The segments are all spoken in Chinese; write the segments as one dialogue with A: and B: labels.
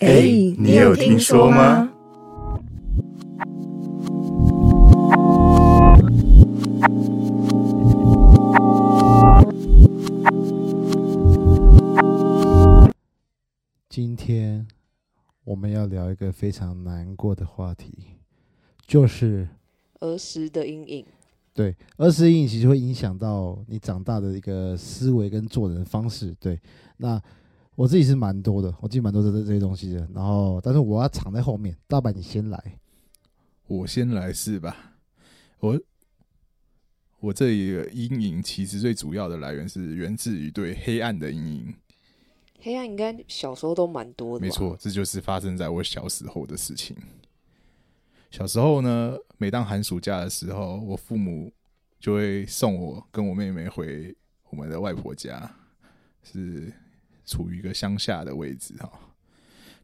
A: 哎，你有听说吗？
B: 今天我们要聊一个非常难过的话题，就是
C: 儿时的阴影，
B: 对儿时阴影其实会影响到你长大的一个思维跟做人的方式。对，那我自己是蛮多的，我记得蛮多这这些东西的。然后，但是我要藏在后面，大白你先来。
A: 我先来试吧。我我这里的阴影其实最主要的来源是源自于对黑暗的阴影。
C: 黑暗应该小时候都蛮多的，
A: 没，错，这就是发生在我小时候的事情。小时候呢，每当寒暑假的时候，我父母就会送我跟我妹妹回我们的外婆家，是处于一个乡下的位置哈、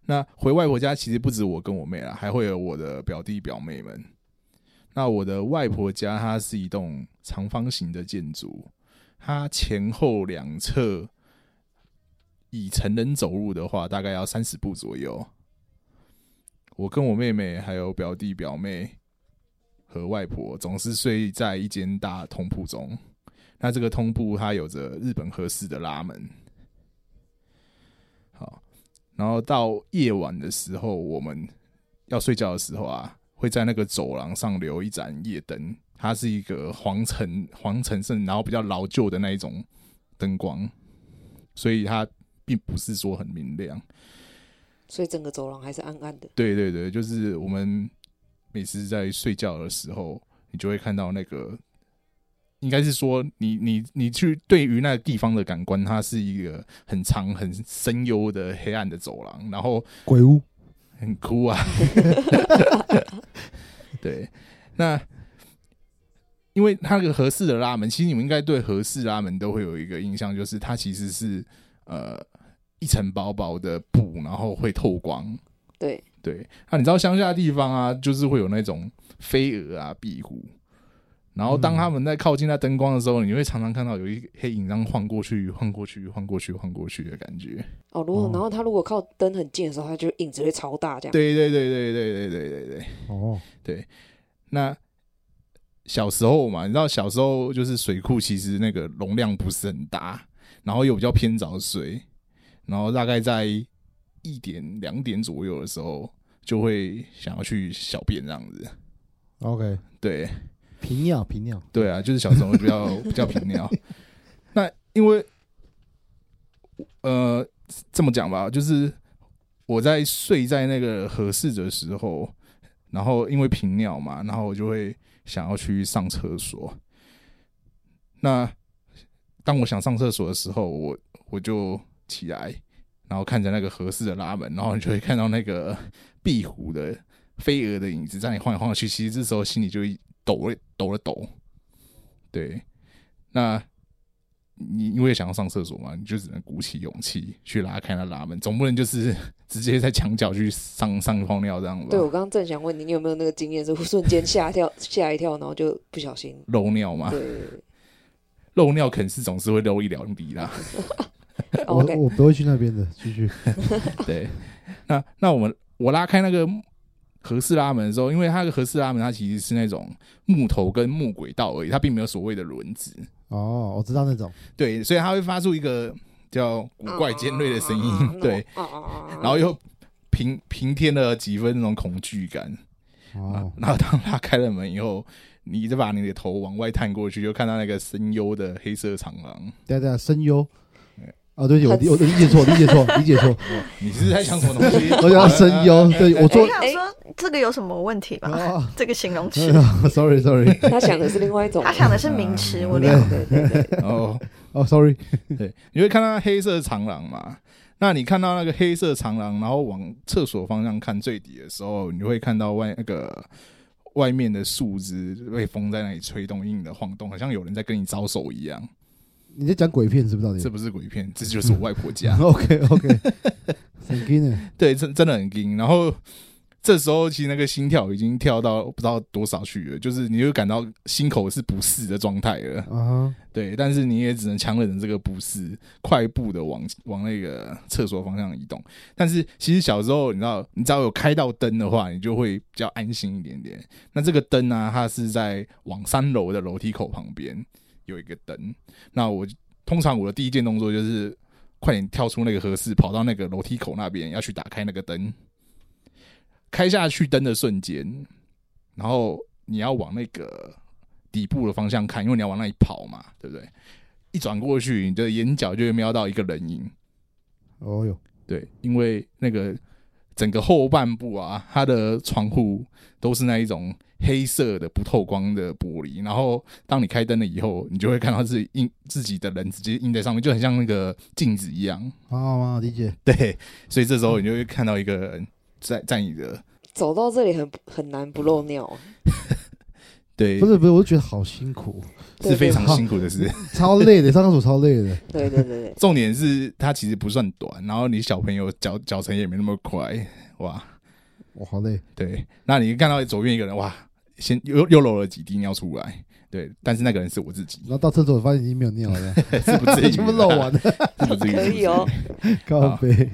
A: 那回外婆家其实不止我跟我妹啦，还会有我的表弟表妹们。那我的外婆家它是一栋长方形的建筑，它前后两侧以成人走路的话，大概要三十步左右。我跟我妹妹还有表弟表妹和外婆总是睡在一间大通铺中。那这个通铺它有着日本和式的拉门。好，然后到夜晚的时候，我们要睡觉的时候啊，会在那个走廊上留一盏夜灯，它是一个黄橙黄橙色，然后比较老旧的那一种灯光，所以它并不是说很明亮。
C: 所以整个走廊还是暗暗的。
A: 对对对，就是我们每次在睡觉的时候，你就会看到那个，应该是说你你你去对于那个地方的感官，它是一个很长很深幽的黑暗的走廊，然后
B: 鬼屋，
A: 很酷啊。 对，那因为它那个合适的拉门，其实你们应该对合适拉门都会有一个印象，就是它其实是呃一层薄薄的布，然后会透光。
C: 对，
A: 对，啊那、你知道乡下地方啊，就是会有那种飞蛾啊、壁虎，然后当
B: 嗯
A: 他们在靠近那灯光的时候，你会常常看到有一黑影这样晃过去、晃过去、晃过去、晃过去的感觉。
C: 哦，如果、
B: 哦
C: 然后他如果靠灯很近的时候，他就影子会超大这样。
A: 对对对对对对对对对。
B: 哦，
A: 那小时候嘛，你知道小时候就是水库其实那个容量不是很大，然后又比较偏早睡，然后大概在一点两点左右的时候就会想要去小便这样子。
B: ，OK，
A: 对，
B: 平尿平尿，
A: 对啊，就是小时候比较比较频尿。那因为呃，这么讲吧，就是我在睡在那个合适的时候，然后因为频尿嘛，然后我就会想要去上厕所。那当我想上厕所的时候，我我就起来，然后看着那个合适的拉门，然后你就会看到那个壁虎的飞蛾的影子在你晃来晃去。其实这时候心里就一抖了抖了抖，对，那你因为想要上厕所嘛，你就只能鼓起勇气去拉开那拉门，总不能就是直接在墙角去上上泡尿这样吧？
C: 对我刚刚正想问你，你有没有那个经验，是瞬间吓跳 吓一跳，然后就不小心。
A: 漏尿嘛，
C: 对
A: 漏尿肯是总是会漏一两滴啦。
B: 我
C: 哦，OK，
B: 我不会去那边的，继续。
A: 对，那那我们我拉开那个合适拉门的时候，因为它的合适拉门它其实是那种木头跟木轨道而已，它并没有所谓的轮子，
B: 哦，我知道那种，
A: 对，所以它会发出一个叫古怪尖锐的声
C: 啊
A: 音，对，，
C: 啊啊啊啊
A: 然后又平平添了几分那种恐惧感。啊
B: 哦，
A: 然后当他开了门以后，你就把你的头往外探过去，就看到那个深幽的黑色长廊。
B: 对对，声优。啊，对不起，我理我理解错，理解错，理解错，
A: 你是在想什么东西
B: ？我要声优，对我
D: 我
B: 做
D: 想说这个有什么问题吗？
B: 啊
D: 这个形容 词，
B: ，sorry sorry，
C: 哦他想的是另 外一种。
D: 他想的是名词，我
C: 对
D: 了解。
C: 对对对，
A: 然后
B: 哦，sorry，
A: 对，你会看到黑色长廊嘛？那你看到那个黑色长廊，然后往厕所方向看最底的时候，你会看到外那个外面的树枝被风在那里吹动，硬的晃动，好像有人在跟你招手一样。
B: 你在讲鬼片是不是？到底
A: 这不是鬼片，这就 是我外婆家。
B: OK OK，神经呢？
A: 对，真真的很硬。然后这时候其实那个心跳已经跳到不知道多少去了，就是你就感到心口是不适的状态了。
B: 啊
A: 对，但是你也只能强忍这个不适，快步的往往那个厕所方向移动。但是其实小时候，你知道，你只要有开到灯的话，你就会比较安心一点点。那这个灯呢、它是在往三楼的楼梯口旁边有一个灯。那我通常我的第一件动作就是快点跳出那个合适，跑到那个楼梯口那边要去打开那个灯。开下去灯的瞬间，然后你要往那个底部的方向看，因为你要往那里跑嘛，对不对？一转过去，你的眼角就会瞄到一个人影，
B: 哦哟，
A: 对，因为那个整个后半部啊，它的窗户都是那一种黑色的不透光的玻璃，然后当你开灯了以后，你就会看到自己映自己的人直接映在上面，就很像那个镜子一样，
B: 好好好，理解。
A: 对，所以这时候你就会看到一个人在在你的
C: 走到这里很很难不漏尿，
A: 对
B: 不，是不是，我就觉得好辛苦，
C: 对
A: 是非常
B: 对
A: 辛苦的事。
B: 超累的，上厕所超累 的。
C: 对对对对，
A: 重点是它其实不算短，然后你小朋友脚脚程也没那么快，哇，
B: 我好累，
A: 对。那你看到左边一个人，哇，先又又漏了几滴尿出来，对。但是那个人是我自己，
B: 然后到厕所发现已经没有尿 了，
A: 是不至于啦，
B: 全部漏完了，
A: 是不至于，
C: 可以哦
A: 是不至于。
B: 靠背。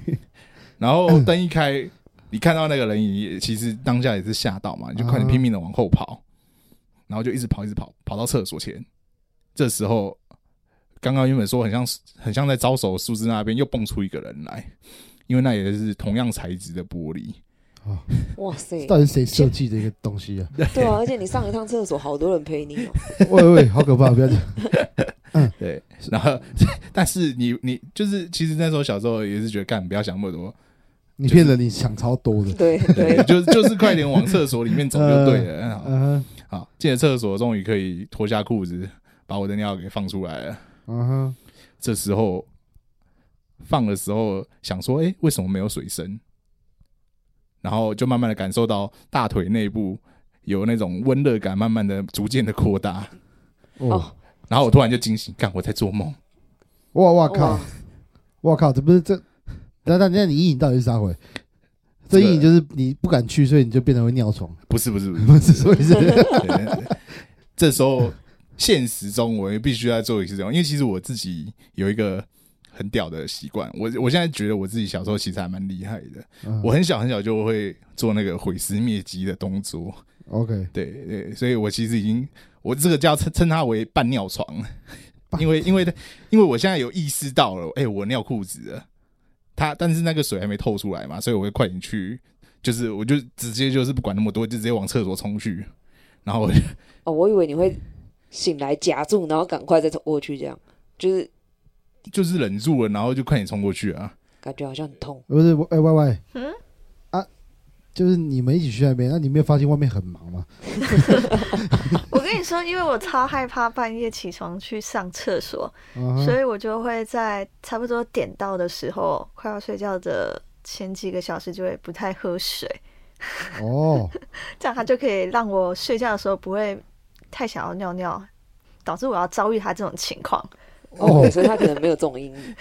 A: 然后灯一开，你看到那个人也其实当下也是吓到嘛，你就快点拼命的往后跑，然后就一直跑，一直跑，跑到厕所前。这时候，刚刚原本说很像很像在招手树枝那边，又蹦出一个人来，因为那也是同样材质的玻璃。
B: 啊，
C: 哇 塞，
B: 到底谁设计的一个东西啊？
C: 对啊，而且你上一趟厕所，好多人陪 你哦，
B: 喂喂，好可怕！不要 讲，
A: 对，然后 但是你你就是其实那时候小时候也是觉得干不要想那么多，
B: 你骗人，你想超多的。
C: 对
A: 对，
C: 对，
A: 就是就是快点往厕所里面走就对了。好
B: 嗯
A: 好，进了厕所，终于可以脱下裤子，把我的尿给放出来了。
B: 哼嗯哼，
A: 这时候放的时候想说，哎、为什么没有水声？然后就慢慢的感受到大腿内部有那种温热感，慢慢的逐渐的扩大。
B: 哦，
A: 然后我突然就惊醒，干我在做梦。
B: 哇哇
C: 哇
B: 靠！哇靠！这不是这，那那那你阴影到底是啥回？这阴影就是你不敢去，所以你就变成会尿床，
A: 不是不是不 是，
B: 不是所以是
A: 对对对这时候现实中我也必须要做一次这种，因为其实我自己有一个很屌的习惯，我我现在觉得我自己小时候其实还蛮厉害的，
B: 嗯
A: 我很小很小就会做那个毁尸灭迹的动作，
B: OK
A: 对对，所以我其实已经我这个叫称称它为半尿床，因为因为因为我现在有意识到了，哎、我尿裤子了，它但是那个水还没透出来嘛，所以我会快点去，就是我就直接就是不管那么多，就直接往厕所冲去，然后我就
C: 哦，我以为你会醒来夹住，然后赶快再走过去，这样就是
A: 就是忍住了，然后就快点冲过去啊。
C: 感觉好像很痛。
B: 不是我哎 Y Y
D: 嗯
B: 啊，就是你们一起去那边，那你没有发现外面很忙吗？
D: 我跟你说，因为我超害怕半夜起床去上厕所，
B: 啊
D: 所
B: 哈，
D: 以我就会在差不多点到的时候，快要睡觉的前几个小时就会不太喝水，
B: 哦，
D: 这样它就可以让我睡觉的时候不会太想要尿尿，导致我要遭遇它这种情况。
B: 哦
C: 哦，所以他可能没有这种阴影。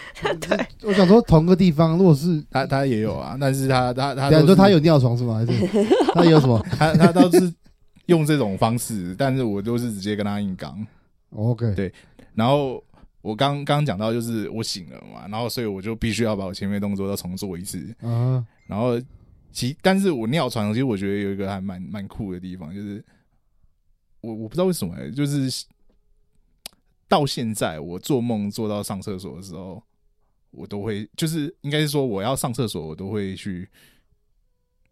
B: 我想说同个地方，如果是，
A: 他他也有啊，但是他他他
B: 等下
A: 都
B: 你
A: 是
B: 说他有尿床是吗？还 是他有什么
A: 他他倒是用这种方式，但是我都是直接跟他硬刚。
B: ？OK，
A: 对然后我刚刚讲到就是我醒了嘛，然后所以我就必须要把我前面的动作都重做一次。
B: 啊
A: 然后其但是我尿床，其哦实我觉得有一个还蛮蛮酷的地方，就是我我不知道为什么、哎就是到现在我做梦做到上厕所的时候，我都会哎就是应该是说我要上厕所，我都会去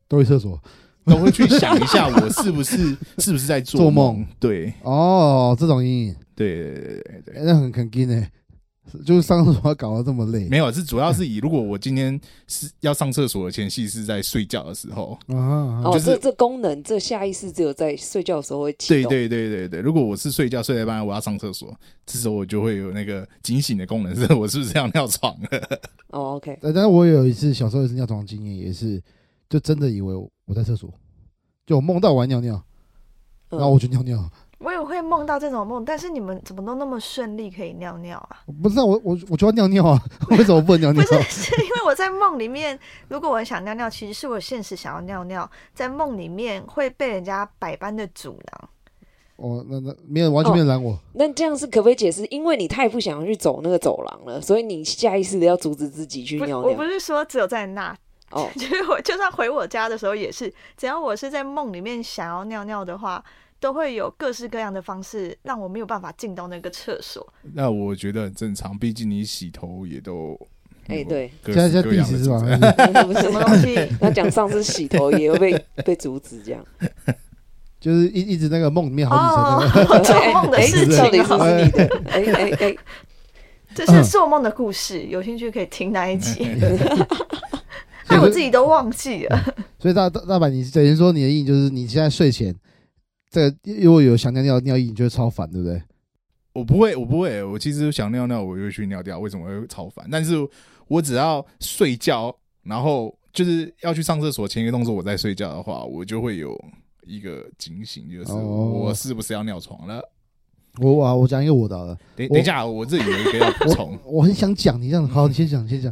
B: 都去厕所。
A: 都会去想一下，我是不是是不是在做
B: 做
A: 梦
B: 梦？
A: 对
B: 哦，这种阴影，
A: 对对对对对，
B: 哎那很很劲呢，就是上厕所搞得这么累
A: 没有，是主要是以如果我今天是要上厕所的前戏是在睡觉的时候，
B: 啊哈。啊
C: 哦，
A: 就是
C: 这这功能，这下意识只有在睡觉的时候会启
A: 对
C: 动。
A: 对对对对，如果我是睡觉睡在半夜我要上厕所，这时候我就会有那个警醒的功能， 是我是不是要尿床了？
C: 哦，OK，
B: 但但是我有一次小时候也是尿床经验，也是就真的以为我在厕所，就我梦到我在尿尿，然后我
C: 嗯，
B: 去尿尿，
D: 我也会梦到这种梦，但是你们怎么都那么顺利可以尿尿啊？
B: 我不知道我我我就要尿尿啊，为什么不能尿
D: 不
B: 尿？
D: 是，是因为为我在梦里面，如果我很想尿尿，其实是我现实想要尿尿，在梦里面会被人家百般的阻挠。
B: 哦，那那没有完全没有拦
A: 哦
B: 我，
C: 那这样是可不可以解释？因为你太不想要去走那个走廊了，所以你下意识的要阻止自己去
D: 不是，
C: 尿
D: 我不
C: 尿。
D: 是说只有在那，
C: 哦，
D: 就是我就算回我家的时候也是，只要我是在梦里面想要尿尿的话，都会有各式各样的方式让我没有办法进到那个厕 所。
A: 那我觉得很正常，毕竟你洗头也都
C: 哎，对，
A: 各
B: 现在
A: 式
B: 现在
A: 各
B: 第
A: 样的
B: 十是吧？
A: 组织
B: 还是
C: 不
D: 什
C: 是
D: 么东 西？
C: 要讲上次洗头也会被被阻止这样。
B: 就是一一直那个梦里面好几层那
D: 哦
B: 个。，
D: 做梦的事
C: 哎到底
D: 情
C: 是不
D: 哦，
C: 是你的？哎哎哎，
D: 这哎是做梦的故事，有兴趣可以听那一 集。
B: 所以
D: 但哦
B: 说
D: 我自己都忘记了。
B: 所以大大大阪，你等于说你的意义就是你现在睡前，这个如果有想尿尿尿意，你就会超烦，对不对？
A: 我不会，我不会，我其实想尿尿，我就会去尿尿，为什么会超烦？但是我只要睡觉，然后就是要去上厕所前一个动作我在睡觉的话，我就会有一个警醒，就是
B: 哦
A: 我是不是要尿床了？
B: 我我我讲一个我的好了，
A: 等
B: 我
A: 等一下，我这里有一个要 补充
B: 我，我很想讲，你这样好，你先讲，你先讲。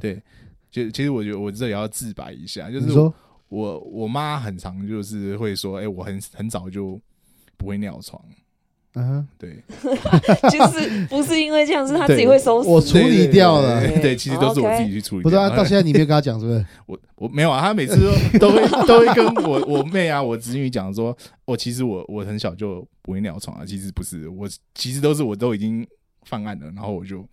A: 就其实我觉得我这里要自白一下，就
B: 你
A: 是
B: 说
A: 我我妈很常就是会说，哎、我很很早就不会尿床，
B: 嗯，
A: 对，
C: 就是不是因为这样，是他
A: 对
C: 自己会收拾。
B: 我处
A: 对对
B: 理
A: 对
B: 掉了
A: 对，对对
C: 对
A: 其实都是我
C: OK
A: 自己去处理
B: 不
A: 掉。
B: 是啊，到现在你没有跟他讲，是不是？
A: 我我没有啊，他每次都都会都会跟我我妹啊我侄女讲说，我、其实我我很小就不会尿床啊，其实不是，我其实都是我都已经犯案了，然后我就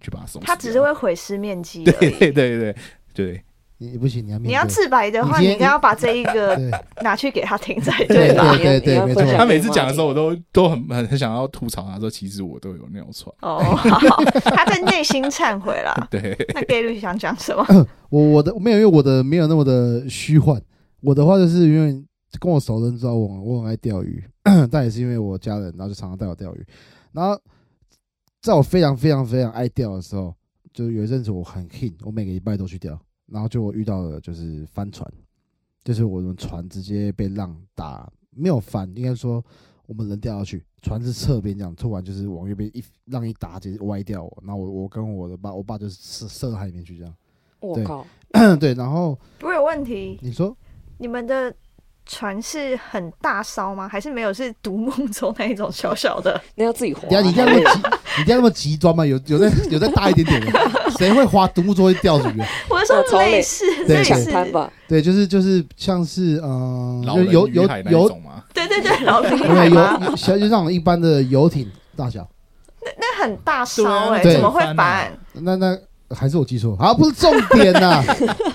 A: 去把他送死掉。
D: 他只是会毁尸灭迹而
A: 对
D: 已。
A: 对对对对，
B: 你不行，你要面对
D: 你要自白的话，
B: 你今
D: 你
B: 天
D: 应该要把这一个
B: 对，
D: 拿去给他听才
B: 对
D: 对吧？
B: 对对对
C: 你要
B: 没错
C: 你要分享
A: 他
C: 给
A: 每次
C: 妈
A: 讲的时候，
C: 听
A: 我都都很很很想要吐槽他说，其实我都有尿床。
D: 哦，好，他在内心忏悔 啦。
A: 对，
D: 那 gay 律想讲什么？
B: 我我的没有，因为我的没有那么的虚幻。我的话就是因为跟我熟的人知道我我很爱钓鱼， 但也是因为我家人，然后就常常带我钓鱼。然后在我非常非常非常爱钓的时候，就有一阵子我很 king，我每个礼拜都去钓，然后就我遇到了就是帆船，就是我们船直接被浪打，没有翻，应该说我们人掉下去，船是侧边这样，突然就是往右边一浪一打，直接歪掉我。然后我我跟我的爸，我爸就是射射到海里面去这样。
C: 我
B: 对
C: 靠，
B: 对，然后
D: 我有问题，
B: 你说
D: 你们的船是很大艘吗？还是没有是独木舟那一种小小的？
C: 那要自己划。
B: 等一下你这样那么极，你这样那么极端吗？有有在有在大一点点的，谁会划独木舟会钓鱼啊？
D: 我是说
C: 哦超累
D: 类似
B: 对
D: 类
B: 对
C: 抢
D: 似，
C: 滩吧？
B: 对，就是就是像是嗯、
A: 老
B: 呃，
A: 人
B: 游
A: 与
B: 游
A: 海那一
B: 游
A: 种嘛，
D: 对对对，老厉
B: 没
D: 害
B: 有
D: 吗？
B: 游游小就像我们一般的游艇大小，
D: 那很大艘哎、
B: 对啊
D: 怎么会
A: 对
D: 翻？
B: 那那还是我记错，好不是重点呐、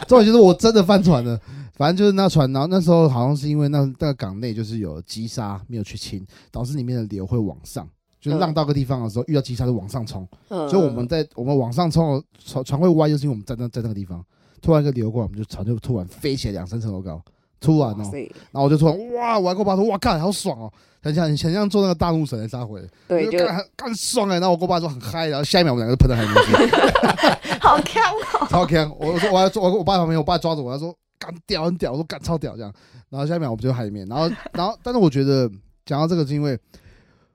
B: 重点就是我真的翻船了。反正就是那船，然后那时候好像是因为那那个港内就是有击沙没有去清，导致里面的流会往上，就是浪到个地方的时候遇到击沙就往上冲。
C: 嗯，
B: 所以我们在我们往上冲，船船会歪，就是因为我们站在在那个地方，突然一个流过来，我们就船就突然飞起来两三层楼高，突然哦、
C: 哇塞
B: 然后我就突然哇，我还跟我爸说，哇干，好爽哦、很想很像坐那个大怒神来杀回来，
C: 对，就
B: 干很干爽哎、然后我跟我爸说很嗨，然后下一秒我们两个就喷到海里面去，
D: 好看哦！
B: 超强！我说我还坐我我爸旁边，我爸抓着我，他说干屌很屌，我说干超屌这样，然后下一秒我们就在海里面，然后然后但是我觉得讲到这个是因为。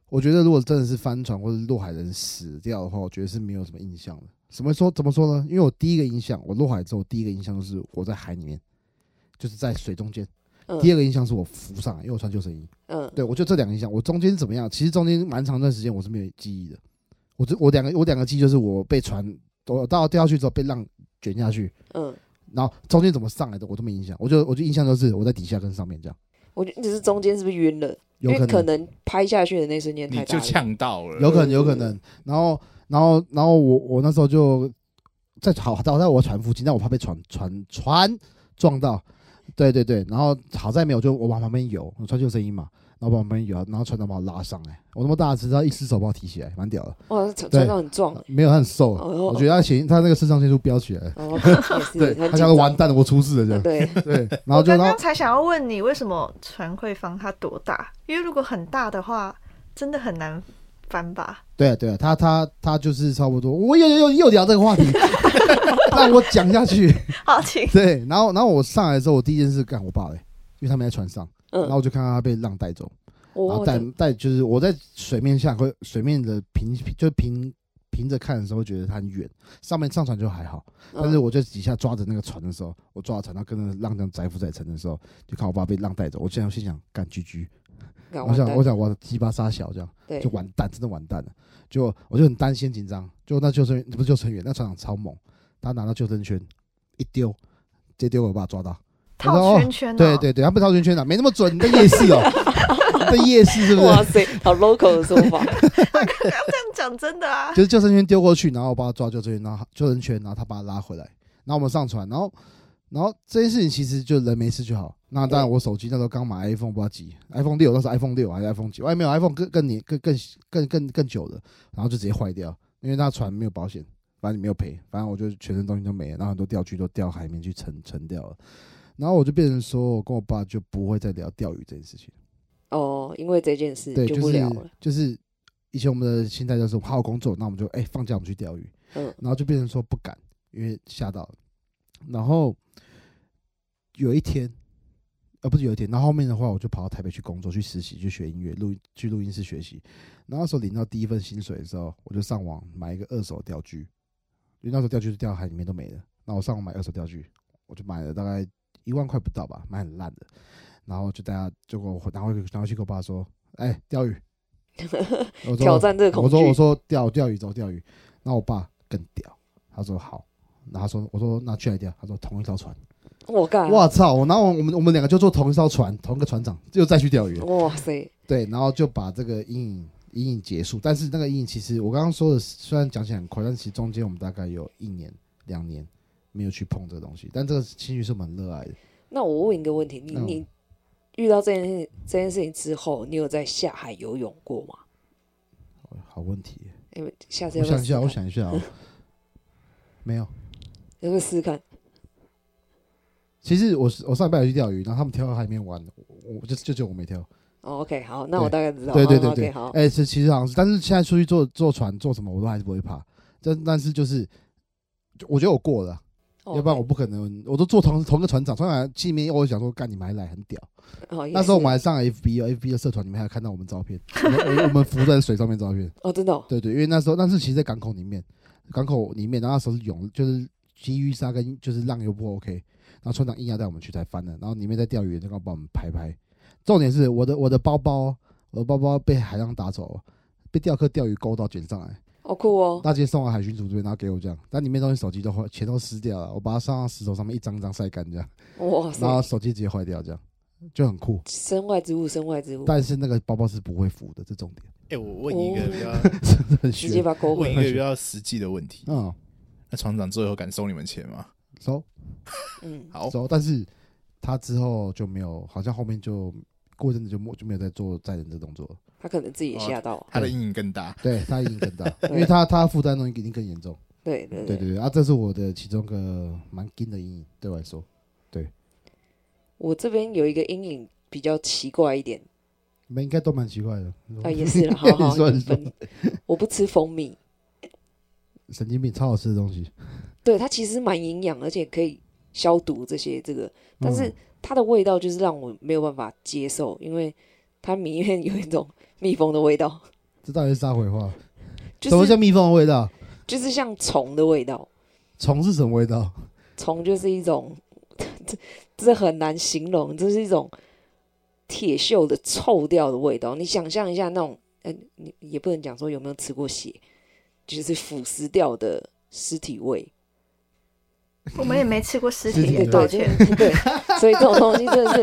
B: 我觉得如果真的是帆船或者落海的人死掉的话，我觉得是没有什么印象的。怎么说？怎么说呢？因为我第一个印象，我落海之后第一个印象就是我在海里面，就是在水中间；
C: 嗯
B: 第二个印象是我浮上来，因为我穿救生衣。
C: 嗯，
B: 对，我就这两个印象。我中间是怎么样？其实中间蛮长一段时间我是没有记忆的。我这我两个我两个记忆就是我被船我到掉下去之后被浪卷下去，
C: 嗯，
B: 然后中间怎么上来的我都没印象。我就我就印象就是我在底下跟上面这样，
C: 我觉得只是中间是不是晕了？因
B: 有
C: 为
B: 可
C: 可
B: 能
C: 能拍下去的那瞬间
A: 你
C: 太
A: 就
C: 大力，
A: 呛到了，
B: 有可能有可能。然后然后然后我我那时候就在好好在我船附近，但我怕被船船船撞到。对对对，然后好在没有，就我往旁边游，我穿救生衣嘛，然后往旁边游，然后船长把我拉上来，我他妈大只，他一只手把我提起来，蛮屌的。
C: 哇，穿
B: 对
C: 穿到很壮。
B: 没有，他很瘦，
C: 哦
B: 我觉得他显他那个肾上腺素飙起来了，
C: 哦，也是，
B: 对
C: 很
B: 他
C: 紧
B: 想说
C: 张
B: 完蛋了，我出事了这样，
C: 对，
B: 对，然后
D: 我
B: 就
D: 刚
B: 然后
D: 刚才想要问你，为什么船会翻？它多大？因为如果很大的话，真的很难翻吧？
B: 对啊对啊，他他他就是差不多，我又又又又聊这个话题， 让我讲下去，
D: 好，请
B: 对，然后然后我上来的时候，我第一件事干我爸嘞，因为他们在船上， 然后
C: 嗯，哦
B: 我就看到他被浪带走，然后
C: 我
B: 带
C: 的
B: 带就是我在水面下会水面的平就是平平着看的时候会觉得它很远，上面上船就还好，
C: 嗯
B: 但是我就底下抓着那个船的时候，我抓着船，然后跟着浪这样载浮载沉的时候，就看我爸被浪带走。我现在心想，干居居，
C: 干
B: 我
C: 完
B: 想
C: 蛋
B: 我想我的鸡巴杀小这样。
C: 对
B: 就完蛋，真的完蛋了。就我就很担心紧张，就那救生员不是救生员，那船长超猛，他拿到救生圈一丢，直接丢给我爸抓到。我说
D: 套
B: 哦
D: 圈圈、哦，
B: 对对对，他不是套圈圈的，没那么准。你在夜 市哦、你在夜市是不
C: 哇
B: 是？
C: 塞，好 local 的说 法，
D: 讲真的啊，
B: 就是救生圈丢过去，然后我爸抓救生圈，然后救生圈，然后他把他拉回来，然后我们上船，然后然后这件事情其实就人没事就好。那当然，我手机那时候刚买 iPhone 不知道几，iPhone 六那时候 iPhone 六还是 iPhone 几，我还没有 iPhone 更更年更更更更更久的，然后就直接坏掉，因为那船没有保险，反正你没有赔，反正我就全身东西都没了，然后很多钓具都掉海里面去沉沉掉了，然后我就变成说我跟我爸就不会再聊钓鱼这件事情。
C: 哦，因为这件事
B: 对，
C: 就
B: 就
C: 不聊
B: 是
C: 了，
B: 就是以前我们的心态就是好好工作，那我们就哎、放假我们去钓鱼，
C: 嗯
B: 然后就变成说不敢，因为吓到了。然后有一天，呃，不是有一天，然后后面的话我就跑到台北去工作，去实习，去学音乐，录去录音室学习。然后那时候领到第一份薪水的时候，我就上网买一个二手钓具，因为那时候钓具是掉海里面都没了。那我上网买二手钓具，我就买了大概一万块不到吧，买很烂的。然后就大家就给我回，然后然后去跟我爸说：“哎、钓 鱼！”我说
C: 挑战这个
B: 我
C: 恐
B: 说我
C: 惧，
B: 说钓钓鱼走钓鱼，那我爸更屌，他说好，然后他说我说那去哪里钓？他说同一艘船，
C: 我干，
B: 我操！我然后我们我们两个就坐同一艘船，同一个船长，就再去钓鱼了，
C: 哇塞，
B: 对，然后就把这个阴影阴影结束。但是那个阴影其实我刚刚说的，虽然讲起来很快，但其实中间我们大概有一年两年没有去碰这个东西，但这个兴趣是我们很热爱的。
C: 那我问一个问题，你
B: 嗯
C: 你遇到这件事这件事情之后，你有在下海游泳过吗？
B: 好问题耶，
C: 因为哎下次
B: 我
C: 要不
B: 想
C: 要
B: 一
C: 试试
B: 下，我
C: 看？
B: 想一下啊、 没有。
C: 要不要试试看？
B: 其实我是我上礼拜有去钓鱼，然后他们跳到海里面玩，我我就就就我没跳。
C: 哦，OK，好，那
B: 对
C: 我大概知道。
B: 对对
C: 好
B: 对
C: 好
B: 对，
C: ，OK，好，
B: 哎、是其实好像是，但是现在出去坐坐船做什么，我都还是不会怕。但但是就是，就我觉得我过了啊，
C: 哦
B: 要不然我不可能，我都做同同个船长，船长心里面我想说，干你们还来很屌。
C: 哦也
B: 那时候我
C: 是
B: 们还上了 FB 哦 FB 的社团，里面还有看到我们照片，我们我们我们浮在水上面照片。
C: 哦，真的哦，
B: 对对，因为那时候那是其实，在港口里面，港口里面，然后那时候是涌，就是急淤沙跟就是浪又不 OK，然后船长硬要带我们去才翻了，然后里面在钓鱼，就刚帮我们拍拍。重点是我的我的包包，我的包包被海浪打走，被钓客钓鱼钩到捡上来，
C: 好酷哦，
B: 大姐送到海巡署这边，然后给我这样，但里面东西手机都坏，钱都湿掉了，我把它上到石头上面一张一张晒干这样，
C: 哇
B: 然后
C: 塞，
B: 手机直接坏掉这样，就很酷。
C: 身外之物，身外之物，
B: 但是那个包包是不会浮的，这重点，
A: 哎、我问一个比较、
B: 真的很
C: 直接
B: 悬。
C: 把它勾
A: 问
C: 回
A: 一
C: 来。
A: 个比较实际的问题。
B: 嗯，
A: 那船长最后敢收你们钱吗？
B: 收、
C: 嗯，
A: 好，
B: 之后，但是他之后就没有，好像后面就过一阵子就没就没有再做载人这动作了。
C: 他可能自己也吓
B: 哦
C: 到。
A: 哦他的阴影更大。
B: 对他已经更大，
C: 对
B: 因为他他负担的东西一定更严重。
C: 对对
B: 对对对，啊，这是我的其中一个蛮硬的阴影，对我来说。
C: 我这边有一个阴影比较奇怪 一点
B: 你们应该都蛮奇怪的，你说
C: 啊，也是了，好好
B: 你说
C: 你
B: 你说
C: 分。我不吃蜂蜜，
B: 神经病，超好吃的东西。
C: 对它其实蛮营养，而且可以消毒这些这个，但是
B: 嗯
C: 它的味道就是让我没有办法接受，因为它里面有一种蜜蜂的味道，
B: 这到底是啥鬼话？什
C: 就
B: 么叫
C: 是
B: 蜜蜂的味道？
C: 就是像虫的味道，
B: 虫是什么味道？
C: 虫就是一种， 这这很难形容，这是一种铁锈的臭掉的味道。你想象一下那种，嗯、你也不能讲说有没有吃过血，就是腐蚀掉的尸体味。
D: 我们也没吃过尸
B: 尸体
D: 体，
B: 对
D: 抱歉。
C: 对，所以这种东西真的是，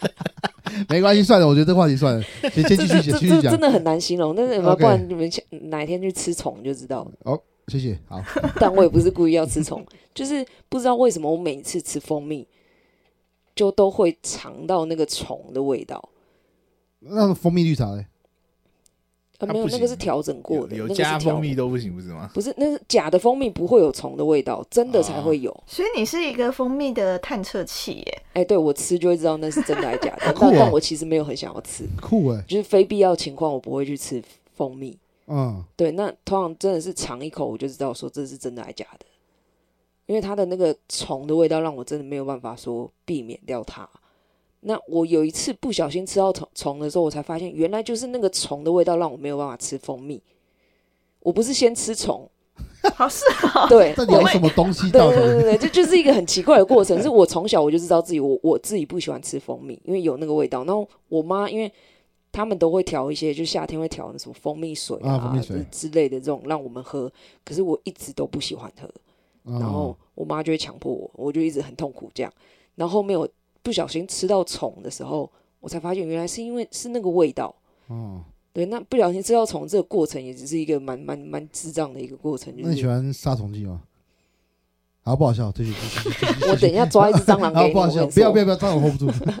B: 没关系，算了，我觉得这话题算了，先先
C: 这
B: 继
C: 这
B: 续讲，
C: 这
B: 继续
C: 这
B: 讲
C: 真。的很难形容。但是
B: OK
C: 不然你们下哪一天去吃虫就知道了。
B: 谢谢，好，
C: 但我也不是故意要吃虫， 就是不知道为什么我每次吃蜂蜜，就都会尝到那个虫的味道。
B: 那蜂蜜绿茶嘞？
A: 它
C: 啊，没有，
A: 不
C: 那
A: 行
C: 个是调整过的，
A: 有有
C: 那个是
A: 加
C: 调
A: 蜂蜜，都不行，不是吗？
C: 不是，那是假的蜂蜜不会有虫的味道，真的才会
A: 哦
C: 有。
D: 所以你是一个蜂蜜的探测器 耶，
C: 哎、对我吃就会知道那是真的还是假的，
B: 酷
C: 但
B: 哦
C: 但我其实没有很想要吃，
B: 酷哎、
C: 就是非必要情况我不会去吃蜂蜜。
B: 嗯，
C: 对，那通常真的是尝一口我就知道说这是真的还是假的，因为它的那个虫的味道让我真的没有办法说避免掉它。那我有一次不小心吃到虫虫的时候，我才发现原来就是那个虫的味道让我没有办法吃蜂蜜，我不是先 吃虫，
D: 好是
C: 对，
B: 到底有什么东西
C: 对
B: 到
C: 对
B: 底？
C: 对对，这就是一个很奇怪的过程。是我从小我就知道自己我我自己不喜欢吃蜂蜜，因为有那个味道。然后我妈因为他们都会调一些，就夏天会调那什么蜂蜜水
B: 啊蜂蜜水
C: 之类的这种让我们喝，可是我一直都不喜欢喝。
B: 然
C: 然后我妈就会强迫我，我就一直很痛苦这样。然后后面我不小心吃到虫的时候，我才发现原来是因为是那个味道。
B: 哦，
C: 对，那不小心吃到虫这个过程也只是一个蛮蛮蛮智障的一个过程，就
B: 那你喜
C: 是
B: 欢杀虫剂吗？好，不好笑，继续继续继续。继续
C: 我等一下抓一只 蟑螂给
B: 好
C: 你，
B: 啊不好
C: 我跟
B: 笑，
C: 你
B: 不要
C: 说
B: 不要不要，蟑螂 hold 不住。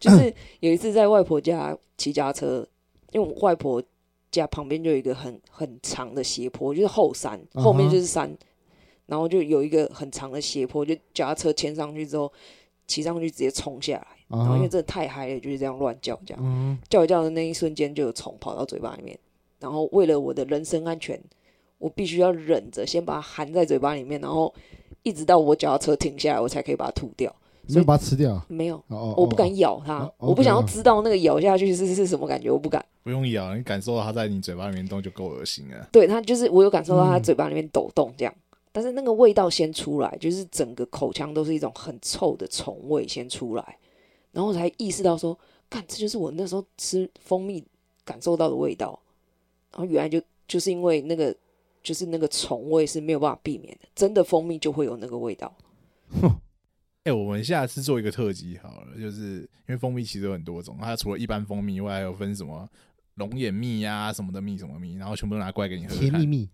C: 就是
B: 嗯
C: 有一次在外婆家骑家车，因为我外婆家旁边就有一个很很长的斜坡，就是后山，
B: 嗯哼
C: 后面就是山然后就有一个很长的斜坡，就脚踏车牵上去之后，骑上去直接冲下来，然后因为
B: 啊，
C: 真的太嗨了，就是这样乱叫，这样
B: 嗯，
C: 叫一叫的那一瞬间就有虫跑到嘴巴里面，然后为了我的人身安全，我必须要忍着先把它含在嘴巴里面，然后一直到我脚踏车停下来，我才可以把它吐掉。
B: 所以把它吃掉。
C: 没有，
B: 哦哦，
C: 我不
B: 哦
C: 敢咬它，
B: 哦
C: 我不想要
B: OK 啊
C: 知道那个咬下去是是什么感觉，我不敢。
A: 不用咬，你感受到它在你嘴巴里面动就够恶心了。
C: 对它就是我有感受到它
B: 嗯
C: 嘴巴里面抖动这样，但是那个味道先出来，就是整个口腔都是一种很臭的虫味先出来，然后我才意识到说，看这就是我那时候吃蜂蜜感受到的味道，然后原来就就是因为那个就是那个虫味是没有办法避免的，真的蜂蜜就会有那个味道。
A: 哎、我们下次做一个特辑好了，就是因为蜂蜜其实有很多种，它除了一般蜂蜜以外，还有分什么龙眼蜜呀、什么的蜜什么蜜，然后全部都拿过来给你喝喝
B: 甜蜜
A: 看。
B: 蜜。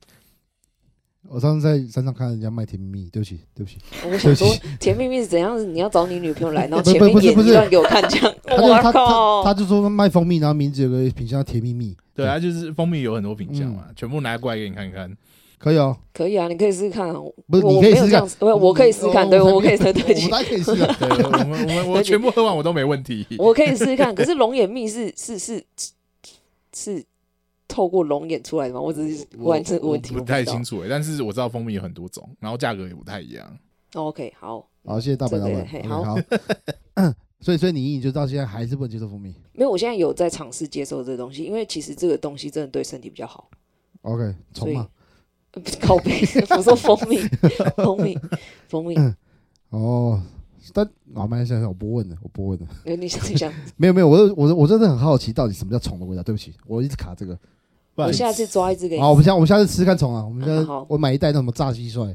B: 我上次在山上看人家卖甜蜜蜜，对不起，对不起，
C: 我想说
B: 对不，
C: 甜蜜蜜是怎样？你要找你女朋 友来，然后
B: 不
C: 前
B: 不
C: 面
B: 不是
C: 演
B: 不是
C: 一段给我看，这样，
B: 他就他
C: 我
B: 他
C: 靠！
B: 他就说卖蜂蜜，然后名字有个品相叫甜蜜蜜，
A: 对，啊它就是蜂蜜有很多品 相嘛，全部拿过来给你看看。
B: 可以哦，
C: 可以啊，你可以试试看啊。
B: 不是
C: 我
B: 你可以
C: 我没有
B: 试试
C: 这样
B: 看
C: 子不是，我可以试试看，
B: 哦
C: 对
B: 我
C: 我可以试，对不
B: 我
C: 起，
B: 大家可以试啊，
A: 对，我们我们我全部喝完我都没问题。
C: 我可以试试看。可是龙眼蜜是是是是透过龙眼出来的吗？我只是问这个问题，
A: 不太清
C: 楚。
A: 楚哎、但是我知道蜂蜜有很多种，然后价格也不太一样。
C: OK，好，
B: 好，谢谢大白老板
C: 对对，对
B: OK，好，所以所以你你就到现在还是不能接受蜂蜜
C: 没有，我现在有在尝试接受这个东西，因为其实这个东西真的对身体比较好。
B: ，OK，
C: 所
B: 虫
C: 以
B: 嘛，
C: 呃不是 靠背，我说蜂蜜，蜂蜜，蜂蜜。
B: 哦，但老麦想想，我不问了，我不问了，
C: 呃你想一想，
B: 没有没有，我我我真的很好奇，到底什么叫虫的味道？对不起，我一直卡这个，
A: 不
C: 我
A: 然
C: 下次抓一只给你
B: 好，我。们下我们下次吃吃看虫啊，我们
C: 啊
B: 下
C: 好
B: 我买一袋那什么炸蟋蟀，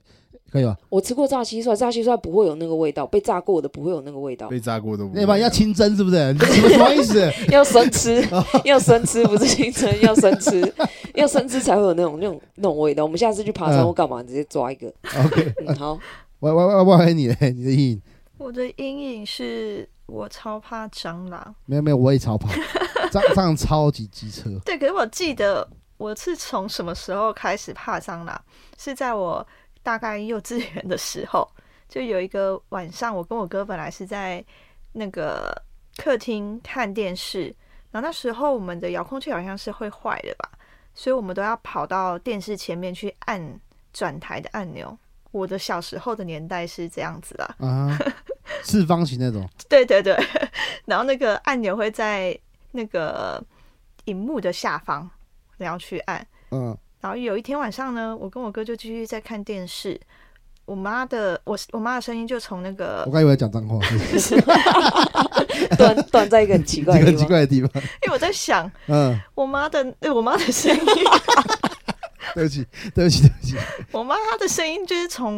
B: 可以吧？
C: 我吃过炸蟋蟀，炸蟋蟀不会有那个味道，被炸过的不会有那个味道。
A: 被炸过都不会啊
B: 那把要清蒸是不是？你什么什么意思？
C: 要生吃，要生吃，不是清蒸，要生吃，要生吃才会有那种那种那种味道。我们下次去爬山
B: 嗯
C: 或干嘛，直接抓一个。
B: OK，
C: 嗯，好，
B: 我我我我还你嘞，你的意淫
D: 我的阴影是我超怕蟑螂。
B: 没有没有，我也超怕， 蟑蟑螂超级机车，
D: 对，可是我记得我是从什么时候开始怕蟑螂？是在我大概幼稚园的时候，就有一个晚上，我跟我哥本来是在那个客厅看电视，然后那时候我们的遥控器好像是会坏的吧，所以我们都要跑到电视前面去按转台的按钮。我的小时候的年代是这样子啦，
B: 啊，四方形那种，
D: 对对对，然后那个按钮会在那个荧幕的下方，然后去按。
B: 嗯，
D: 然后有一天晚上呢，我跟我哥就继续在看电视，我妈的我我妈的声音就从那个
B: 我，刚以为在讲脏话，
C: 断断在一个很奇
B: 这
C: 怪
B: 个
C: 的
B: 很奇
C: 地方。
B: 怪的地方，
D: 因为我在想
B: 嗯，
D: 我妈的，呃我妈的声音，
B: 对不起，对不起，对不起，
D: 我妈她的声音就是从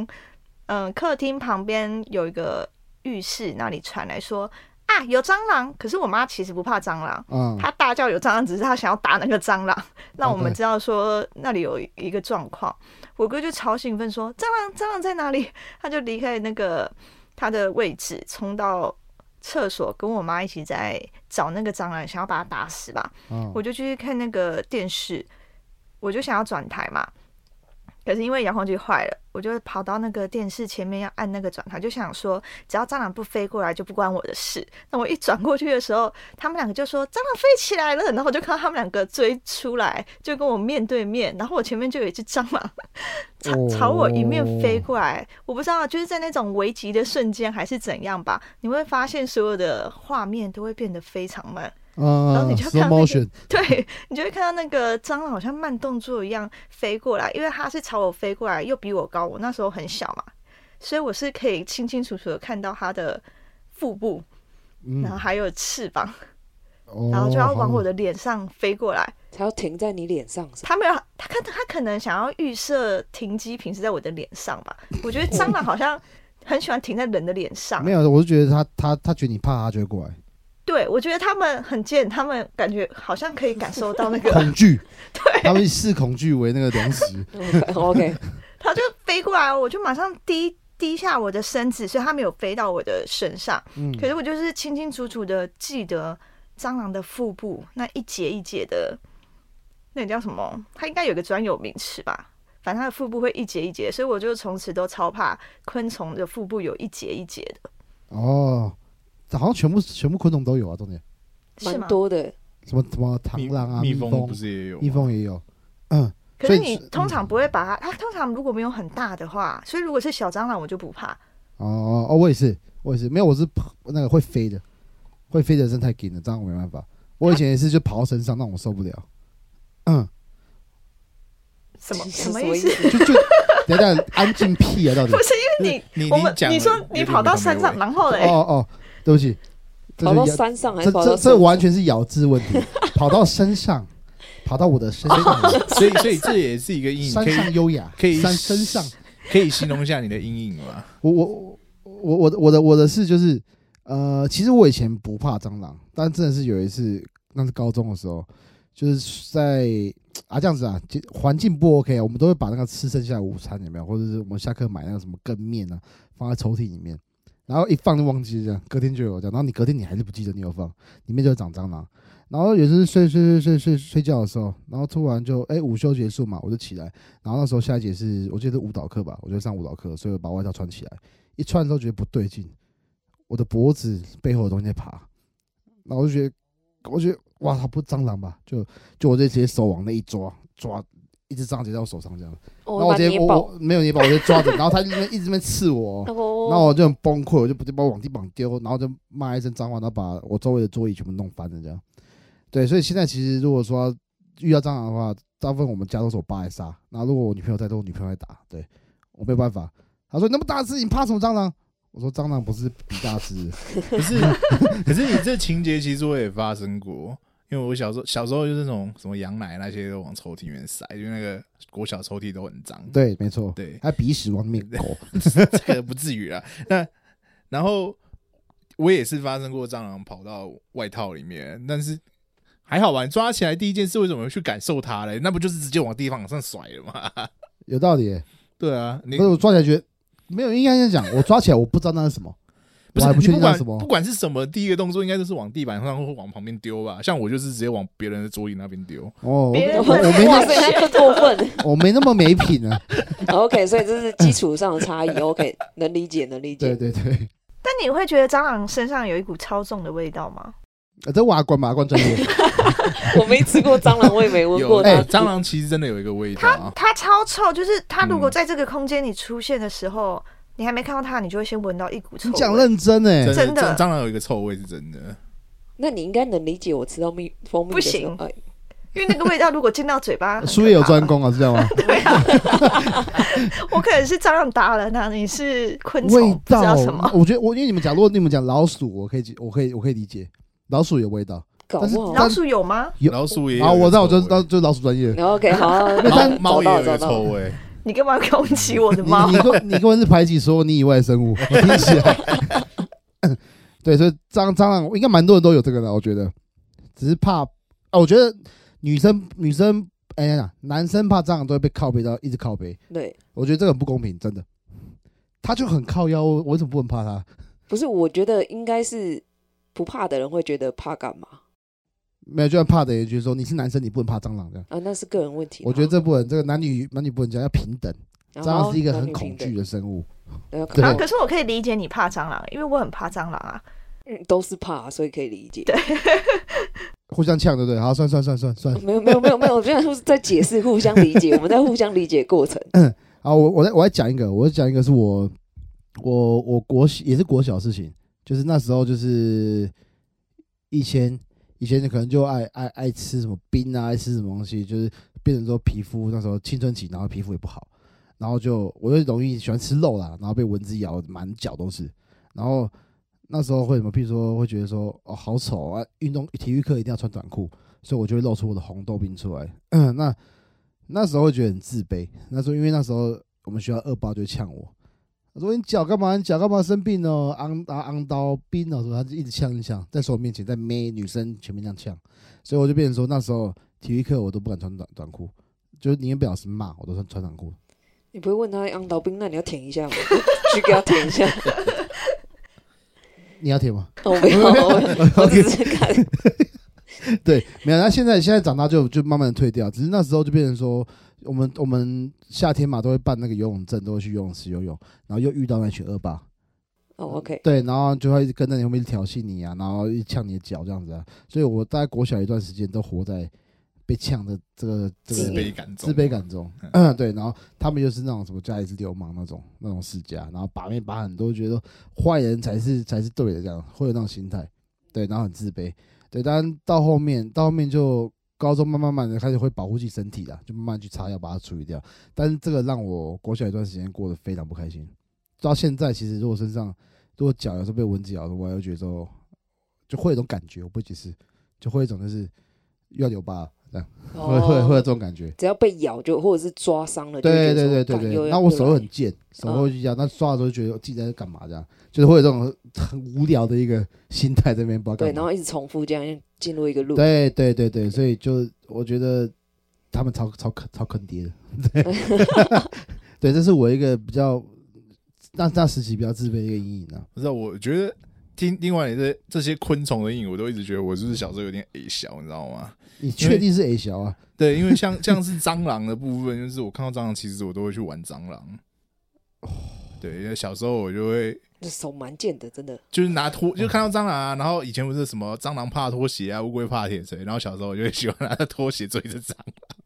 D: 嗯、呃客厅旁边有一个浴室那里传来说啊有蟑螂，可是我妈其实不怕蟑螂，
B: 啊，
D: 他大叫有蟑螂，只是他想要打那个蟑螂， 让我们
B: OK
D: 知道说那里有一个状况。我哥就超兴奋说：“蟑螂，蟑螂在哪里？” 他就离开那个他的位置，冲到厕所，跟我妈一起在找那个蟑螂，想要把它打死吧。
B: 啊
D: 我就去看那个电视，我就想要转台嘛，可是因为遥控器坏了，我就跑到那个电视前面要按那个转台，就想说只要蟑螂不飞过来就不关我的事。那我一转过去的时候，他们两个就说蟑螂飞起来了，然后我就看到他们两个追出来，就跟我面对面，然后我前面就有一只蟑螂朝
B: 哦
D: 朝我迎面飞过来，我不知道就是在那种危急的瞬间还是怎样吧，你会发现所有的画面都会变得非常慢。然
B: 啊
D: 后你就看到那
B: ，slow
D: 个
B: motion，
D: 对你就会看到那个蟑螂好像慢动作一样飞过来，因为它是朝我飞过来，又比我高，我那时候很小嘛，所以我是可以清清楚楚的看到它的腹部，
B: 嗯
D: 然后，还有翅膀，
B: 哦
D: 然后就要往我
B: 好
D: 的脸上飞过来。
C: 才要停在你脸上，
D: 它没有，它看它可能想要预设停机坪是在我的脸上 吧？我觉得蟑螂好像很喜欢停在人的脸上
B: 没，有，我是觉得他他他觉得你怕，他就会过来，
D: 对我觉得他们很贱，他们感觉好像可以感受到那 个，
B: 恐惧，
D: 对，
B: 他们视恐惧为那个 粮食。
C: OK，
D: 它就飞过来，我就马上低低下我的身子，所以它没有飞到我的身上。
B: 嗯，
D: 可是我就是清清楚楚的记得蟑螂的腹部那一节一节的，那个叫什么？它应该有个专有名词吧？反正它的腹部会一节一节，所以我就从此都超怕昆虫的腹部有一节一节的，
B: 哦，好像全部全部昆虫都有啊，重点
D: 是吗
C: 蛮？多的。
B: 什么什么螳螂啊，
A: 蜜
B: 蜜
A: 蜂不是也有吗
B: 蜜蜂也有，嗯，
D: 可是
B: 所以
D: 你
B: 是
D: 通
A: 嗯
D: 常不会把它，它通常如果没有很大的话，所以如果是小蟑螂我就不怕。
B: 哦哦哦，我也是，我也是，没有，我是那个会飞的，会飞的真的太紧了，这样我没办法。我以前也是就跑到身上，那我受不了。嗯，
D: 什么
C: 什
D: 什么
C: 么
D: 意
C: 意
D: 思？
B: 就就等一下安静屁啊，到底
D: 不？是因为
A: 你
D: 你
A: 你
D: 我们
A: 讲
D: 你
A: 了
D: 说
A: 有
D: 你
A: 点
D: 跑到
A: 没头
D: 山
A: 没
D: 上，
A: 尾
D: 然后
B: 哦
D: 嘞，
B: 哦，对不起，这
C: 跑到
B: 是咬
C: 山上还
B: 这
C: 是跑到
B: 这
C: 山
B: 这
C: 上
B: 完全是咬字问题，跑到身上，跑到我的身 上，
A: 所以所以这也是一个阴影，
B: 山
A: 可以
B: 上优雅，
A: 可以
B: 山身上。
A: 可以形容一下你的阴影吗？
B: 我我我我的我的我的事就是，呃，其实我以前不怕蟑螂，但真的是有一次，那是高中的时候，就是在啊这样子啊，就环境不 OK 啊，我们都会把那个吃剩下的午餐有没有，或者是我们下课买那个什么羹面啊，放在抽屉里面，然后一放就忘记这样，隔天就有这样，然后你隔天你还是不记得你有放，里面就有长蟑螂。然后也是睡睡睡睡睡睡觉的时候，然后突然就哎午休结束嘛，我就起来，然后那时候下一节是我记得是舞蹈课吧，我就上舞蹈课，所以我把外套穿起来，一穿之后觉得不对劲，我的脖子背后的东西在爬，然后我就觉得，我觉得哇，它不是蟑螂吧？就就我就直接手往那一抓，抓一只蟑螂直接到我手上这样，然后
C: 我
B: 我
C: 把
B: 直
C: 捏
B: 接我
C: 爆，
B: 我没有捏爆，我就抓着，然后它就在那边一直在那边刺我哦、
C: 哦
B: 然后我就很崩溃，我就不就把我往地板丢，然后就骂一声脏话，然后把我周围的桌椅全部弄翻了这样。对，所以现在其实如果说遇到蟑螂的话，大部分我们家都是我爸来杀，然后如果我女朋友在，都是我女朋友来打。对我没有办法。他说那么大只，你怕什么蟑螂？我说蟑螂不是比大只的，
A: 可是 可是你这情节其实我也发生过，因为我小时候小时候就是那种什么羊奶那些都往抽屉里面塞，因为那个国小抽屉都很脏。
B: 对，没错，
A: 对，
B: 还鼻屎往里面狗。
A: 这个不至于啦。那然后我也是发生过蟑螂跑到外套里面，但是还好吧。你抓起来第一件事为什么会去感受它嘞？那不就是直接往地方往上甩了吗？
B: 有道理耶。
A: 对啊，你
B: 可是我抓起来觉得没有，应该这样讲，我抓起来我不知道那是什么，
A: 不
B: 我
A: 是
B: 还
A: 你
B: 不确定
A: 不
B: 那
A: 管
B: 是什么
A: 不。管是什么，第一个动作应该就是往地板上或往旁边丢吧。像我就是直接往别人的桌椅那边丢。
B: 哦，我
D: 别人
B: 我我没
C: 哇
B: 那
C: 塞，他更过分。
B: 我没那么没品啊。
C: OK，所以这是基础上的差异。OK，能理解，能理
B: 对对
C: 解。
B: 对。
D: 但你会觉得蟑螂身上有一股超重的味道吗？
B: 啊，这瓦罐瓦 罐专业，
C: 我没吃过蟑螂，我也没闻
A: 有
C: 过
A: 哎，
C: 它。
A: 蟑螂其实真的有一个味道
D: 它
A: 啊。
D: 它超臭，就是它如果
A: 嗯
D: 在这个空间里出现的时候，你还没看到它，你就会先闻到一股臭
B: 你讲
D: 味。
B: 认真哎、
A: 真
D: 真的
A: 蟑蟑螂有一个臭味是真的。
C: 那你应该能理解我吃到蜜蜂蜜的时候
D: 不行，
C: 哎
D: 因为那个味道如果进到嘴 巴，
B: 术业有专攻啊，是这样吗？
D: 我可能是蟑螂达人啊，你是昆虫，
B: 味
D: 不知
B: 道哦
D: 道什么，。
B: 我觉得我因为你们讲，如果你们讲老鼠，我可以接，我可以，我可以理解，老鼠有味道。
C: 搞
B: 但是
C: 不好。啊
D: 老鼠有吗？
B: 有
A: 老鼠也有
B: 好，啊我那我就
A: 一个臭
B: 那
A: 味
B: 就老鼠专业。
C: 然后 OK，好啊，
A: 猫
C: 找
A: 猫
C: 找
A: 也有
C: 到
A: 一
C: 找
A: 个
C: 到
A: 臭。 味。
D: 你干嘛攻击我的
B: 你
D: 猫
B: 你？根你根本是排挤所有你以外的生物， 我听起来。 对，所以蟑蟑螂应该蛮多人都有这个的，我觉得，只是怕啊，我觉得女生女生哎呀，男生怕蟑螂都会被靠背到一直靠背，
C: 对，
B: 我觉得这个很不公平，真的。他就很靠腰，我为什么不能怕他？
C: 不是，我觉得应该是不怕的人会觉得怕干嘛
B: 没有，就算怕的也就是说你是男生，你不能怕蟑螂这样。
C: 啊？那是个人问题嘛。
B: 我觉得这不能，这个男女男女不能讲，要平等。
C: 然
B: 蟑
C: 后
B: 螂是一个
C: 男
B: 很
C: 女
B: 恐
C: 平等
B: 惧的生物，
C: 对啊，
B: 对
D: 啊，可是我可以理解你怕蟑螂，因为我很怕蟑螂啊。
C: 嗯都是怕，所以可以理解。
B: 互相呛，对不对？好，算算算算算。
C: 没有没有没有没有，我现在是在解释，互相理解，我们在互相理解过程。
B: 好，啊我我再我再讲一个，我再讲一个是我我我国小也是国小的事情，就是那时候就是以前以前你可能就爱爱爱吃什么冰啊，爱吃什么东西，就是变成说皮肤那时候青春期，然后皮肤也不好，然后就我就容易喜欢吃肉啦，然后被蚊子咬，满脚都是。然后那时候会什么，譬如说会觉得说哦好丑啊，运动体育课一定要穿短裤，所以我就会露出我的红豆冰出来。 那那时候会觉得很自卑，那时候因为那时候我们学校二八就会呛我，他说你脚干嘛？你脚干嘛生病哦？昂啊昂刀冰哦，什么？他就一直呛一直呛，在所有面前，在妹女生前面这样呛，所以我就变成说那时候体育课我都不敢穿短短裤，就是宁愿被老师骂，我都穿穿短裤。
C: 你不会问他昂刀兵，那你要舔一下吗？去给他舔一下。
B: 你要舔吗？
C: 哦，我不要，我我只是看。
B: 对，没有。那现在现在长大就就慢慢的退掉，只是那时候就变成说，我们我们夏天嘛都会办那个游泳证，都会去游泳池游泳，然后又遇到那群恶霸，
C: 哦，OK，
B: 对，然后就会一直跟在你后面一直挑衅你啊，然后一直呛你的脚这样子啊。所以我大概国小一段时间都活在被呛的这个这个
A: 自卑感
B: 自
A: 中，
B: 卑感中，嗯，对，然后他们又是那种什么家里是流氓那种那种世家，然后把面把很多觉得坏人才是才是对的，这样会有那种心态，对，然后很自卑，对，当然到后面到后面就高中慢慢慢的开始会保护自己身体啦，就慢慢去擦药把它处理掉，但是这个让我国小一段时间过得非常不开心，到现在其实如果身上如果脚有时候被蚊子咬的话，我又觉得说就会有一种感觉，我不会解释，就会有一种就是又要留疤了这样，会会会有这种感觉。
C: 只要被咬就或者是抓伤了，就
B: 对
C: 觉得
B: 对
C: 说
B: 对对
C: 干又
B: 对，
C: 要
B: 那我手
C: 又
B: 又
C: 来嗯
B: 很贱，手会去压，那抓的时候就觉得自己在干嘛这样，就是会有这种很无聊的一个 心态在那边，不知道
C: 对，
B: 干
C: 然
B: 嘛。
C: 后一直重复这样进入一个路。
B: 对对对对，所以就我觉得他们超超坑超坑爹的， 对对，这是我一个比较那那时期比较自卑的一个阴影啊。
A: 不知道，我觉得听另外这这些昆虫的阴影，我都一直觉得我就是小时候有点 A 小，你知道吗？
B: 你
A: 因
B: 确
A: 为
B: 定是 A 小啊？
A: 对，因 为像像是蟑螂的部分，就是我看到蟑螂，其实我都会去玩蟑 螂。对，因为小时候我就会
C: 这手蛮贱的，真的。
A: 就是拿拖，就看到蟑螂啊，然后以前不是什么蟑螂怕拖鞋啊，乌龟怕铁锤，然后小时候我就会喜欢拿着拖鞋追着蟑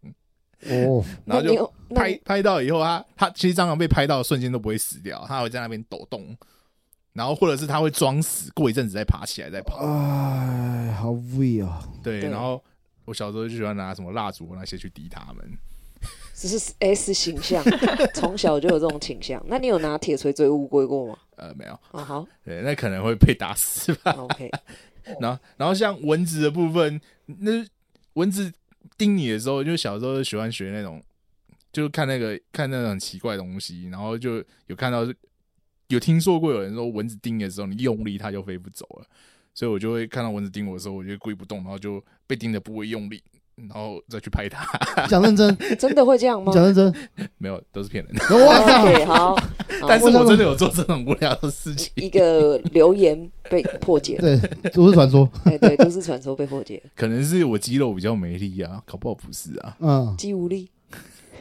A: 螂，
B: 哦，
A: 然后
C: 那你
A: 就
C: 有那
A: 拍
C: 你
A: 拍到以后啊，它其实蟑螂被拍到的瞬间都不会死掉，它会在那边抖动，然后或者是它会装死，过一阵子再爬起来再跑。
B: 哎，好 V 啊！
A: 对，
C: 哦对
A: 然后我小时候就喜欢拿什么蜡烛那些去滴它们。
C: 只是 S 形象，从小就有这种倾向。那你有拿铁锤追乌龟过吗？
A: 呃，没有，
C: 啊，好
A: 对，那可能会被打死吧。
C: ，OK，
A: 然后，然后像蚊子的部分，那蚊子叮你的时候，就小时候就喜欢学那种，就是看那个看那种很奇怪的东西，然后就有看到有听说过有人说蚊子叮你的时候，你用力它就飞不走了，所以我就会看到蚊子叮我的时候，我就故意不动，然后就被叮的部位用力，然后再去拍它，
B: 讲认真，
C: 真的会这样吗
B: 你讲认 真，
A: 没有，都是骗人的。
B: 我操！
C: ？OK，好，
A: 但是
B: 我想
A: 我真的有做这种无聊的事情，
C: 一个留言被破解 了，
B: 对，都市传说，
C: 哎，对，都市传说被破解了，
A: 可能是我肌肉比较没力啊，搞不好不是啊。
B: 嗯，
C: 肌无力。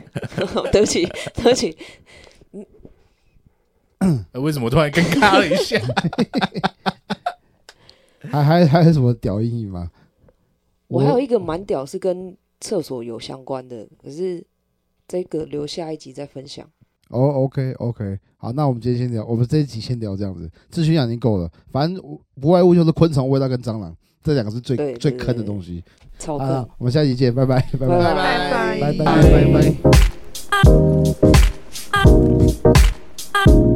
C: 对不起，对不起，
A: 呃为什么突然尴尬 了一下？
B: 还还还有什么屌阴影吗？
C: 我还有一个蛮屌，是跟厕所有相关的，可是这个留下一集再分享。
B: 哦、o k OK，好，那我们今天先聊，我们这一集先聊这样子，资讯量已经够了，反正我不外乎就是昆虫味道跟蟑螂这两个是最
C: 对
B: 最
C: 对
B: 坑的
C: 对
B: 东西。
C: 超
B: 好
C: 坑，
B: 了，我们下期见，拜拜，拜拜，
C: 拜
D: 拜
B: 拜拜拜拜。
A: 拜